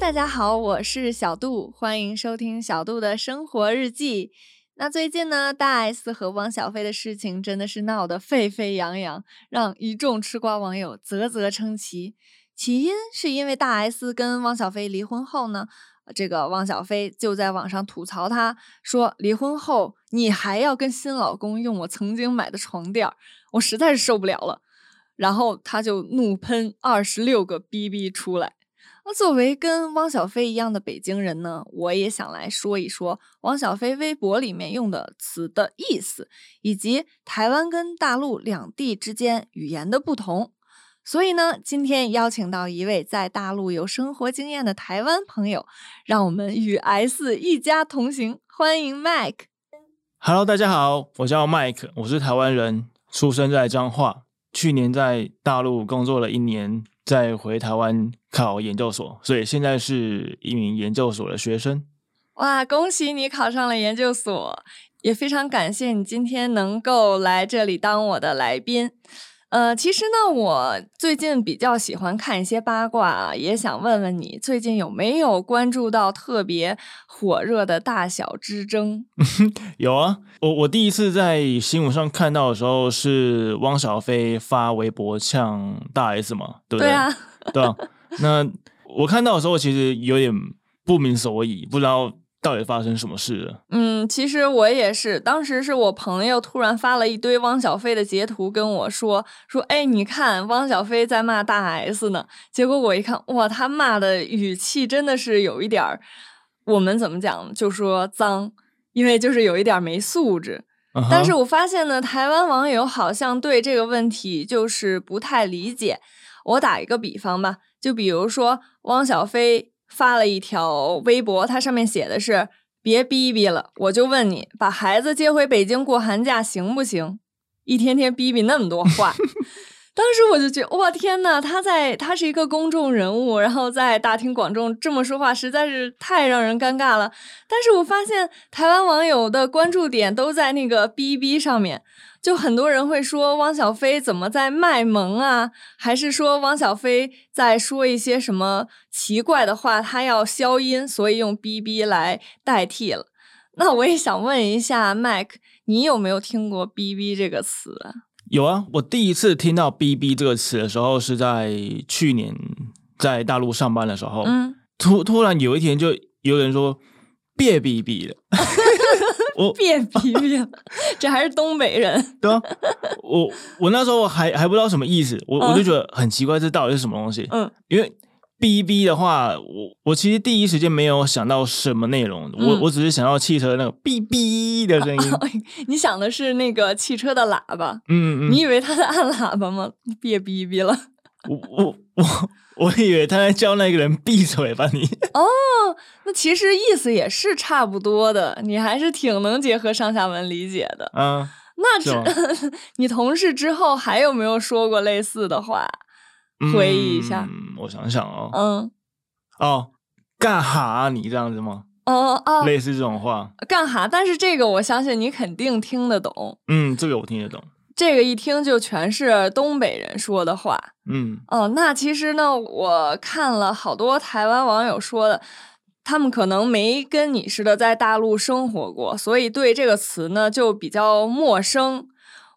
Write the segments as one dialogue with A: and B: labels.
A: 大家好，我是小杜，欢迎收听小杜的生活日记。那最近呢，大 S 和汪小菲的事情真的是闹得沸沸扬扬，让一众吃瓜网友啧啧称奇。起因是因为大 S 跟汪小菲离婚后呢，这个汪小菲就在网上吐槽他说，离婚后你还要跟新老公用我曾经买的床垫儿，我实在是受不了了。然后他就怒喷二十六个逼逼出来。那作为跟汪小菲一样的北京人呢，我也想来说一说汪小菲微博里面用的词的意思，以及台湾跟大陆两地之间语言的不同。所以呢，今天邀请到一位在大陆有生活经验的台湾朋友，让我们与 S 一家同行，欢迎 Mike。
B: Hello，大家好，我叫 Mike，我是台湾人，出生在彰化，去年在大陆工作了一年，再回台湾考研究所，所以现在是一名研究所的学生。
A: 哇，恭喜你考上了研究所，也非常感谢你今天能够来这里当我的来宾。呃，其实呢，我最近比较喜欢看一些八卦啊，也想问问你，最近有没有关注到特别火热的大小之争？
B: 有啊，我我第一次在新闻上看到的时候是汪小菲发微博呛大 S 嘛，对不
A: 对
B: 对？
A: 啊，
B: 对啊。那我看到的时候其实有点不明所以，不知道到底发生什么事了。
A: 嗯，其实我也是，当时是我朋友突然发了一堆汪小菲的截图跟我说，说，哎，你看汪小菲在骂大 S 呢。结果我一看，哇，他骂的语气真的是有一点儿，我们怎么讲，就说脏，因为就是有一点儿没素质。
B: 嗯哼
A: 但是我发现呢，台湾网友好像对这个问题就是不太理解。我打一个比方吧，就比如说汪小菲发了一条微博，它上面写的是“别逼逼了”，我就问你，把孩子接回北京过寒假行不行？一天天逼逼那么多 话。当时我就觉得，哇天呐，他在他是一个公众人物，然后在大庭广众这么说话，实在是太让人尴尬了。但是我发现台湾网友的关注点都在那个哔哔上面，就很多人会说汪小菲怎么在卖萌啊，还是说汪小菲在说一些什么奇怪的话，他要消音，所以用哔哔来代替了。那我也想问一下麦克，你有没有听过“哔哔”这个词啊？
B: 有啊，我第一次听到 “BB” 这个词的时候是在去年在大陆上班的时候，
A: 嗯，
B: 突突然有一天就有人说“别 BB 了”，我
A: 别哔哔了，这还是东北人。
B: 对啊，我我那时候还还不知道什么意思，我我就
A: 嗯
B: 觉得很奇怪，这到底是什么东西？
A: 嗯
B: 因为 “BB” 的话，我我其实第一时间没有想到什么内容，我
A: 嗯哎
B: 我只是想到汽车那个“哔哔”的声音，
A: 你想的是那个汽车的喇叭？
B: 嗯嗯，
A: 你以为他在按喇叭吗？别逼逼了。
B: 我我我我以为他在叫那个人闭嘴吧你。
A: 那其实意思也是差不多的，你还是挺能结合上下文理解的。
B: 嗯，
A: 那
B: 是吗
A: 这 你同事之后还有没有说过类似的话？回忆一下
B: 嗯、我想想哦，
A: 嗯，
B: 哦，干哈啊、你这样子吗？
A: 哦哦，
B: 类似这种话，
A: 干哈？但是这个我相信你肯定听得懂，
B: 嗯，这个我听得懂。
A: 这个一听就全是东北人说的话。
B: 嗯
A: 哦，那其实呢，我看了好多台湾网友说的，他们可能没跟你似的在大陆生活过，所以对这个词呢就比较陌生。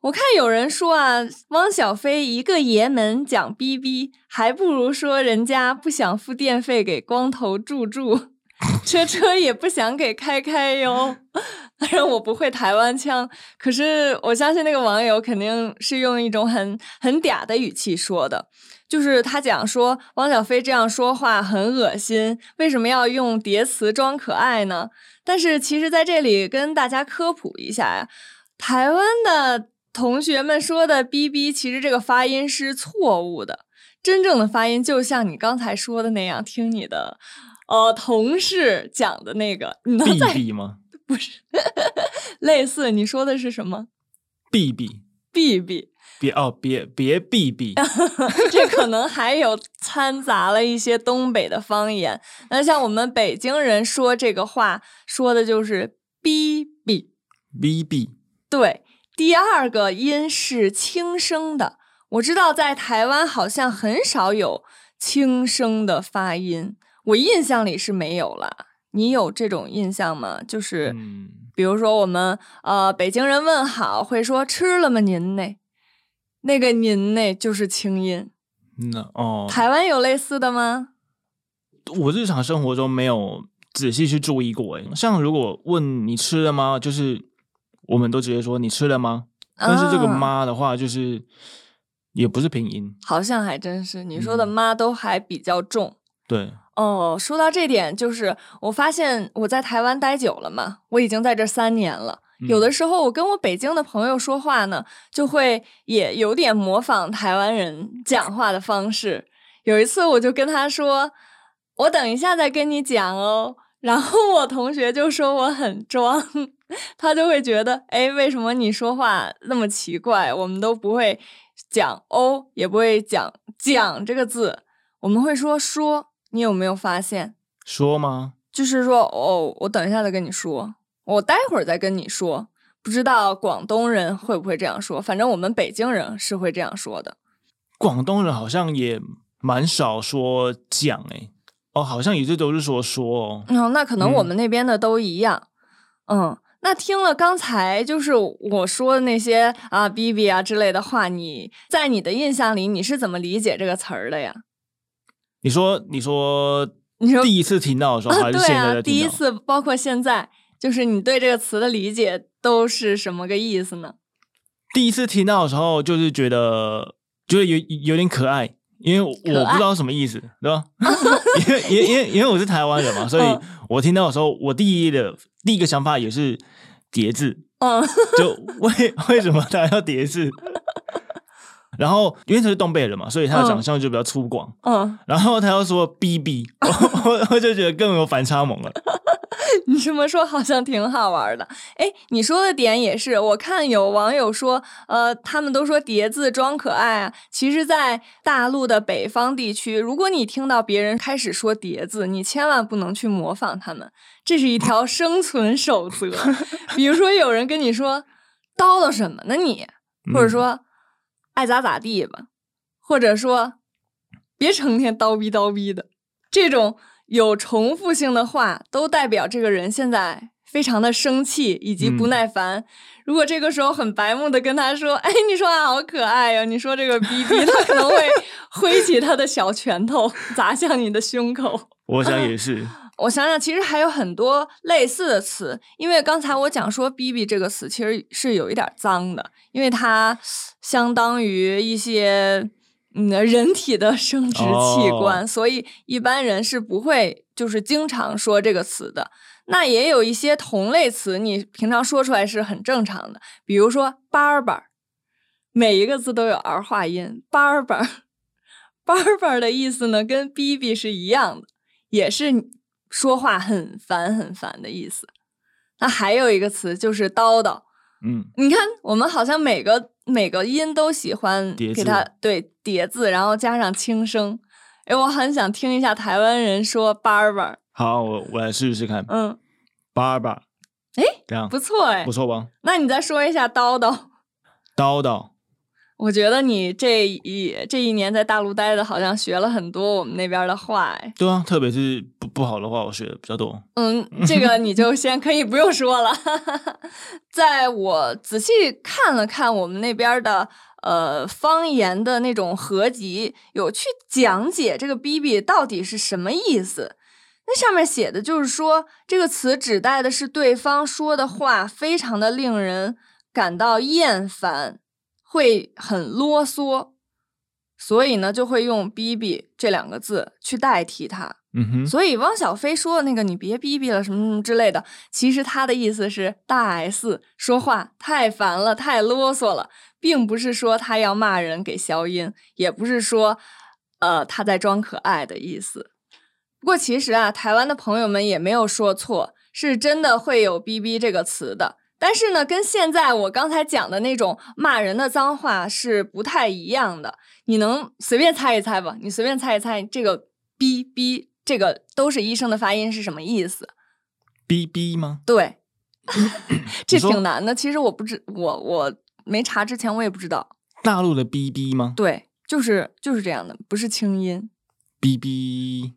A: 我看有人说啊，汪小菲一个爷们讲逼逼，还不如说人家不想付电费给光头住住， 车车也不想给开开哟。 当然我不会台湾腔，可是我相信那个网友肯定是用一种很很嗲的语气说的。就是他讲说汪小菲这样说话很恶心，为什么要用叠词装可爱呢？但是其实在这里跟大家科普一下呀，台湾的同学们说的“哔哔”，其实这个发音是错误的，真正的发音就像你刚才说的那样，听你的。呃，同事讲的那个，你能
B: ，B
A: 在
B: B 吗
A: 类似你说的是什么
B: ？B B，
A: ？B B，
B: 别哦，别别 B B，
A: 这可能还有掺杂了一些东北的方言。那像我们北京人说这个话，说的就是“哔哔
B: B B，”。
A: 对，第二个音是轻声的。我知道在台湾好像很少有轻声的发音，我印象里是没有啦。你有这种印象吗？就是，
B: 嗯，
A: 比如说我们呃北京人问好会说吃了吗您呢？那个您呢就是清音。
B: 那哦，
A: 台湾有类似的吗？
B: 我日常生活中没有仔细去注意过、欸。像如果问你吃了吗，就是我们都直接说你吃了吗？但是这个
A: 啊
B: 妈的话，就是也不是拼音，
A: 好像还真是，你说的
B: 嗯
A: 妈都还比较重。
B: 对，
A: 哦，说到这点，就是我发现我在台湾待久了嘛，我已经在这三年了。有的
B: 是
A: 时候我跟我北京的朋友说话呢，就会也有点模仿台湾人讲话的方式。有一次我就跟他说：“我等一下再跟你讲哦。”然后我同学就说我很装，他就会觉得：“哎，为什么你说话那么奇怪？我们都不会讲哦，也不会讲讲这个字，我们会说说。”你有没有发现？
B: 说吗？
A: 就是说，哦，我等一下再跟你说，我待会儿再跟你说。不知道广东人会不会这样说，反正我们北京人是会这样说的。
B: 广东人好像也蛮少说讲哎、哦，好像也就都是说说哦，
A: 嗯，那可能我
B: 嗯
A: 们那边的都一样。嗯那听了刚才就是我说的那些啊，B B 啊之类的话，你在你的印象里你是怎么理解这个词儿的呀？
B: 你说你说
A: 你说
B: 第一次听到的时候，
A: 啊，
B: 还是
A: 对
B: 现在
A: 啊，
B: 在
A: 第一
B: 听到？
A: 次包括现在，就是你对这个词的理解都是什么个意思呢？
B: 第一次听到的时候，就是觉得觉得有有点可爱，因为我
A: 可
B: 我
A: 爱
B: 不知道什么意思，对吧？因为因为因为因为我是台湾人嘛，所以
A: 嗯
B: 我听到的时候，我第一的第一个想法也是叠字，
A: 嗯，
B: 就为 为什么他要叠字？然后因为他是东北人嘛，所以他的
A: 嗯
B: 长相就比较粗犷。
A: 嗯，
B: 然后他又说 “b b”，我我我就觉得更有反差萌了。
A: 你这么说好像挺好玩的。哎，你说的点也是，我看有网友说，呃，他们都说叠字装可爱啊。其实，在大陆的北方地区，如果你听到别人开始说叠字，你千万不能去模仿他们，这是一条生存守则。比如说，有人跟你说“叨叨什么呢你”，或者
B: 嗯
A: 说“爱咋咋地吧”，或者说“别成天叨逼叨逼的”，这种有重复性的话，都代表这个人现在非常的生气以及不
B: 嗯
A: 耐烦。如果这个时候很白目的跟他说：“哎，你说话好可爱呀、你说这个逼逼，他可能会 挥起他的小拳头砸向你的胸口。
B: 我想 也是，
A: 我想想，其实还有很多类似的词，因为刚才我讲说 “bb” 这个词其实是有一点脏的，因为它相当于一些嗯人体的生殖器官，所以一般人是不会就是经常说这个词的。那也有一些同类词，你平常说出来是很正常的，比如说 “barbar”，每一个字都有儿化音，“barbar”。“barbar” 的意思呢，跟 “bb” 是一样的。也是说话很烦很烦的意思。那还有一个词就是叨叨，
B: 嗯，
A: 你看我们好像每个每个音都喜欢
B: 叠
A: 给
B: 字
A: 它对叠字，然后加上轻声。哎，我很想听一下台湾人说 “barber”，
B: 好，我我来试试看，
A: 嗯，
B: 爸爸，
A: 哎，
B: 这样
A: 不错哎
B: 不。错吧？
A: 那你再说一下叨叨，
B: 叨叨，
A: 我觉得你这一这一年在大陆待的，好像学了很多我们那边的话哎。
B: 对啊，特别是不不好的话，我学的比较多。
A: 嗯，这个你就先可以不用说了。 在我仔细看了看我们那边的呃方言的那种合集，有去讲解这个 “bb” 到底是什么意思。那上面写的就是说，这个词指代的是对方说的话非常的令人感到厌烦，会很啰嗦，所以呢就会用 “bb” 这两个字去代替它。
B: 嗯哼，
A: 所以汪小菲说的那个“你别逼逼了”什么什么之类的，其实他的意思是大 S 说话太烦了，太啰嗦了，并不是说他要骂人给消音，也不是说呃他在装可爱的意思。不过其实啊，台湾的朋友们也没有说错，是真的会有“逼逼”这个词的。但是呢，跟现在我刚才讲的那种骂人的脏话是不太一样的。你能随便猜一猜吧？你随便猜一猜，这个“哔哔”这个都是医生的发音是什么意思？
B: b b 吗？
A: 对， 这
B: 嗯你说
A: 挺难的。其实我不知，我我没查之前我也不知道。
B: 大陆的 b b 吗
A: 对，就是就是这样的，不是清音。
B: ？b b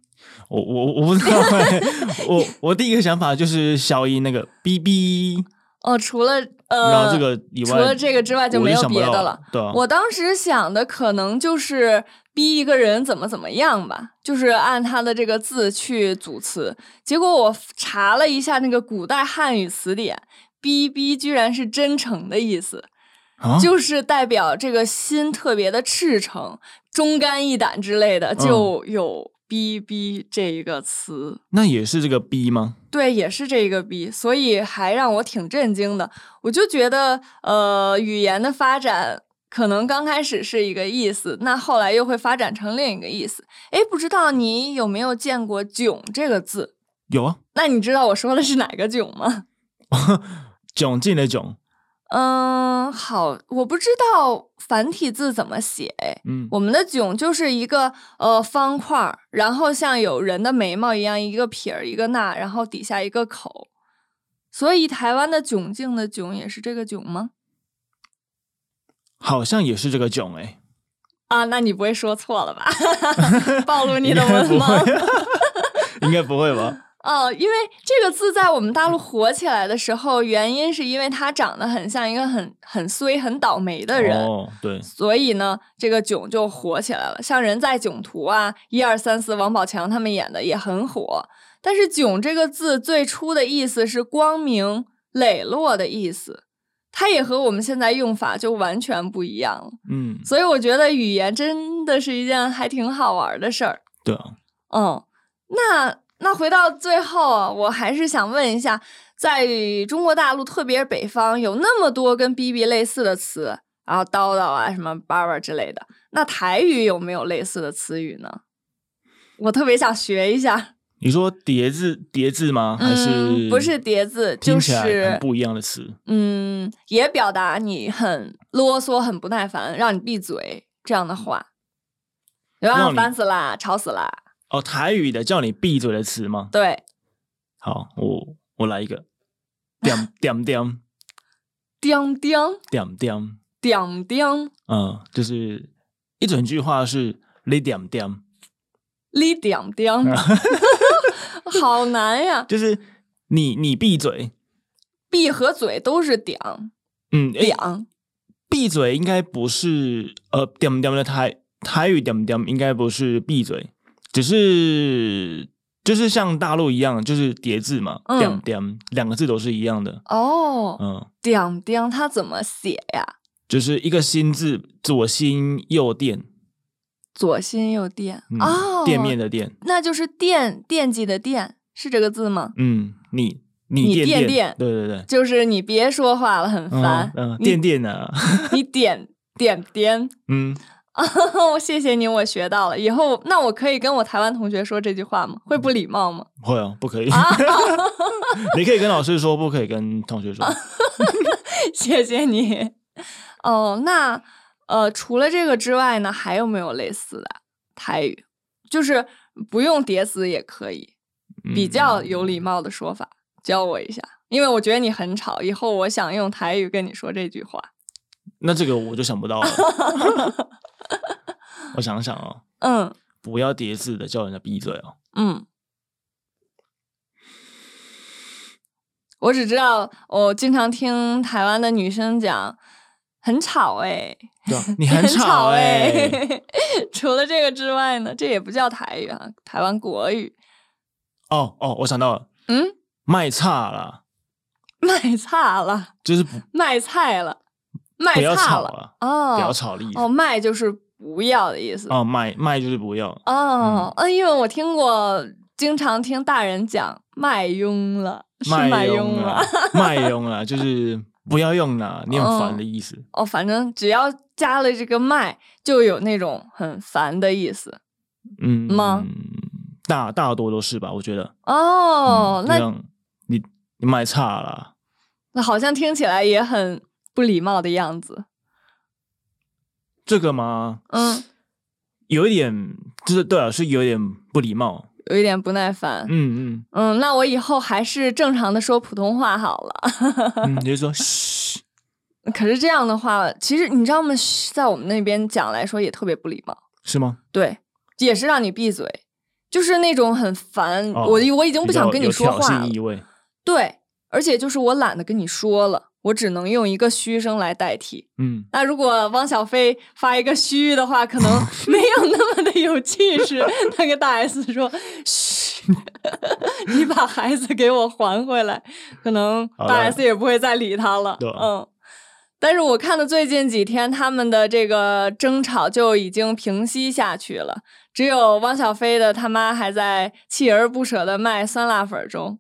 B: 我我我 不知道、欸，我我第一个想法就是消音那个哔哔，
A: 哦，除了
B: 然后
A: 呃，
B: 这个以外，
A: 除了这个之外就
B: 我
A: 没有
B: 想不
A: 别
B: 到
A: 的了。。
B: 对啊，
A: 我当时想的可能就是逼一个人怎么怎么样吧，就是按他的这个字去组词。结果我查了一下那个古代汉语词典，“逼逼”居然是真诚的意思，
B: 啊
A: 就是代表这个心特别的赤诚、忠肝义胆之类的，就有“逼逼”这一个词。
B: 那也是这个哔吗？
A: 对，也是这一个 B，所以还让我挺震惊的。我就觉得，呃，语言的发展可能刚开始是一个意思，那后来又会发展成另一个意思。诶，不知道你有没有见过“囧”这个字？
B: 有啊，
A: 那你知道我说的是哪个“囧”吗？
B: 窘境的窘，
A: 嗯，好，我不知道繁体字怎么写。诶
B: 嗯，
A: 我们的“囧”就是一个呃方块儿，然后像有人的眉毛一样，一个撇儿一个捺，然后底下一个口。所以台湾的“囧境”的“囧”也是这个“囧”吗？
B: 好像也是这个窘哎、欸，
A: 啊，那你不会说错了吧？ 暴露你的
B: 应该
A: 文
B: 不
A: 盲。
B: 会 应该不会吧？
A: 哦，因为这个字在我们大陆火起来的时候，原因是因为它长得很像一个很很衰、很倒霉的人。
B: 哦，对，
A: 所以呢，这个囧就火起来了。像《人在囧途》啊，一二三四，王宝强他们演的也很火。但是“囧”这个字最初的意思是光明磊落的意思，它也和我们现在用法就完全不一样了。
B: 嗯，
A: 所以我觉得语言真的是一件还挺好玩的事儿。
B: 对啊，
A: 嗯，那那回到最后啊，我还是想问一下，在中国大陆，特别是北方，有那么多跟 “bb” 类似的词，然后叨叨啊，什么叭叭之类的。那台语有没有类似的词语呢？我特别想学一下，
B: 你说叠字叠字吗？还是、
A: 嗯、不是叠字，
B: 听
A: 就
B: 起来很
A: 是
B: 不一样的词？
A: 嗯，也表达你很啰嗦、很不耐烦，让你闭嘴这样的话。流
B: 让
A: 浪
B: 你
A: 烦死啦，吵死啦！
B: 哦，台语的叫你闭嘴的词吗？
A: 对，
B: 好，我我来一个， 点点点
A: 叮叮
B: 点点，
A: 叮叮，
B: 嗯，就是一整句话是你点点，
A: 哩点点，
B: 嗯
A: 好难呀！
B: 就是你你闭嘴，
A: 闭和嘴都是点
B: 嗯，诶
A: 点，
B: 闭嘴应该不是呃点点的台台语点点应该不是闭嘴，只是就是像大陆一样，就是叠字嘛，
A: 嗯
B: 点点两个字都是一样的，
A: 哦，
B: 嗯，
A: 点点它怎么写呀？
B: 就是一个心字左心右店，
A: 左心右店
B: 嗯，
A: 哦，
B: 店面，的店，
A: 那就是惦惦记的惦，是这个字吗？
B: 嗯，你
A: 你
B: 你店
A: 店
B: 店
A: 店，
B: 对对对，
A: 就是你别说话了，很烦
B: 嗯，嗯，
A: 你
B: 店店啊，
A: 你点点点。
B: 嗯，
A: 我 谢谢你，我学到了。以后那我可以跟我台湾同学说这句话吗？会不礼貌吗？
B: 会哦，不可以，
A: 啊
B: 你可以跟老师说，不可以跟同学说，
A: 啊 谢谢你。哦，那呃，除了这个之外呢，还有没有类似的台语？就是不用叠词也可以，
B: 嗯
A: 比较有礼貌的说法，教我一下。因为我觉得你很吵，以后我想用台语跟你说这句话。
B: 那这个我就想不到了。 我想想哦，
A: 嗯
B: 不要叠字的叫人家闭嘴哦。
A: 嗯，我只知道我经常听台湾的女生讲，很吵哎、
B: 对啊、你很吵哎、
A: 哎、 除了这个之外呢，这也不叫台语啊，台湾国语。
B: 哦哦，我想到了，
A: 嗯，
B: 卖差啦，
A: 卖菜了，
B: 就是不
A: 卖菜了，卖
B: 不要
A: 菜
B: 吵
A: 了。
B: 了，不要
A: 哦
B: 吵的意思。
A: 哦，卖就是不要的意思。
B: 哦，卖卖就是不要。
A: 哦，嗯，因为我听过，经常听大人讲卖庸了，是卖啊
B: 用
A: 庸
B: 啦
A: 了。，
B: 啊卖用啦，就是不要用啦，你很烦的意思。
A: 哦，反正只要加了这个卖，就有那种很烦的意思。
B: 嗯，
A: 吗？
B: 大大多都是吧，我觉得。
A: 哦，
B: 嗯就
A: 那
B: 像你你卖差啦，
A: 那好像听起来也很不礼貌的样子。
B: 这个吗？
A: 嗯，
B: 有一点，就是对啊，是有一点不礼貌。
A: 有一点不耐烦。
B: 嗯
A: 嗯，那我以后还是正常的说普通话好了。
B: 嗯 嗯，你就说嘘，
A: 可是这样的话，其实你知道吗？嘘在我们那边讲来说也特别不礼貌，
B: 是吗？
A: 对，也是让你闭嘴。就是那种很烦，
B: 哦
A: 我我已经不
B: 比较
A: 想跟你
B: 有
A: 说
B: 挑
A: 话
B: 衅
A: 了。
B: 意味。
A: 对，而且就是我懒得跟你说了，我只能用一个虚声来代替。
B: 嗯，
A: 那如果汪小菲发一个虚的话，可 能没有那么的有气势。他跟大 S 说：“嘘， 你把孩子给我还回来。”可能
B: 好
A: 大
B: 的
A: S 也不会再理他了。
B: 对
A: 嗯。但是我看的最近几天，他们的这个争吵就已经平息下去了，只有汪小菲的他妈还在锲而不舍的卖酸辣粉中。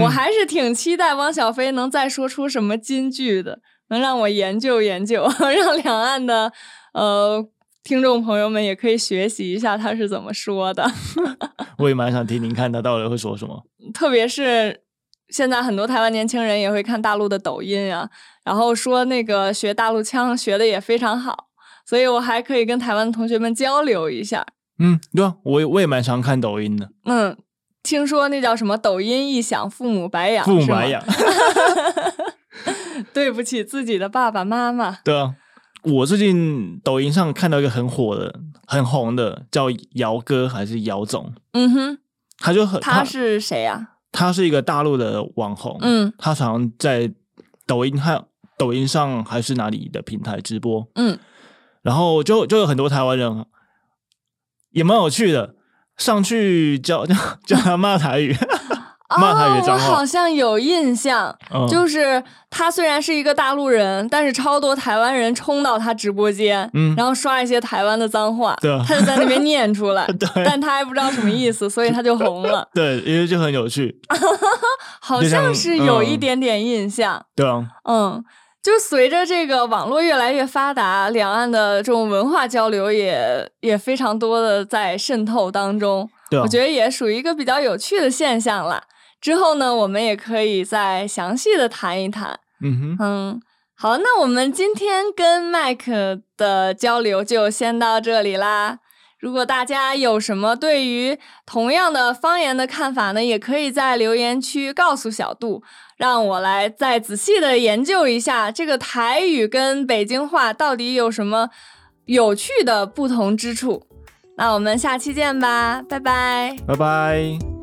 A: 我
B: 嗯
A: 还是挺期待汪小菲能再说出什么金句的，能让我研究研究， 让两岸的呃听众朋友们也可以学习一下他是怎么说的。
B: 我也蛮想听您看他到底会说什么。
A: 特别是现在很多台湾年轻人也会看大陆的抖音啊，然后说那个学大陆腔学的也非常好，所以我还可以跟台湾的同学们交流一下。
B: 嗯，对啊，我也我也蛮常看抖音的，
A: 嗯，听说那叫什么“抖音一响，父母白养”，
B: 父母
A: 啊是吗
B: 白养，。
A: 对不起自己的爸爸妈妈。
B: 对啊，我最近抖音上看到一个很火的、很红的，叫姚哥还是姚总，
A: 嗯哼，
B: 他就很
A: 他是谁啊呀、
B: 他是一个大陆的网红，，
A: 嗯
B: 他常常在抖音和抖音上还是哪里的平台直播，
A: 嗯，
B: 然后就就有很多台湾人也蛮有趣的，上去教教他骂台语，骂台语
A: 哦，我
B: 脏话
A: 好像有印象，
B: 嗯、
A: 就是他虽然是一个大陆人，但是超多台湾人冲到他直播间，
B: 嗯
A: 然后刷一些台湾的脏话，
B: 对啊
A: 他就在那边念出来
B: ，对
A: 但他还不知道什么意思，所以他就红了，
B: 对，因为就很有趣，
A: 好
B: 就像
A: 像是有一
B: 嗯
A: 点点印象。
B: 对啊，
A: 嗯，就随着这个网络越来越发达，两岸的这种文化交流也也非常多的在渗透当中，
B: 对啊，
A: 我觉得也属于一个比较有趣的现象啦。之后呢，我们也可以再详细的谈一谈。
B: 嗯哼，
A: 嗯，好，那我们今天跟麦克的交流就先到这里啦。如果大家有什么对于同样的方言的看法呢，也可以在留言区告诉小度，让我来再仔细的研究一下这个台语跟北京话到底有什么有趣的不同之处。那我们下期见吧，拜拜。
B: 拜拜。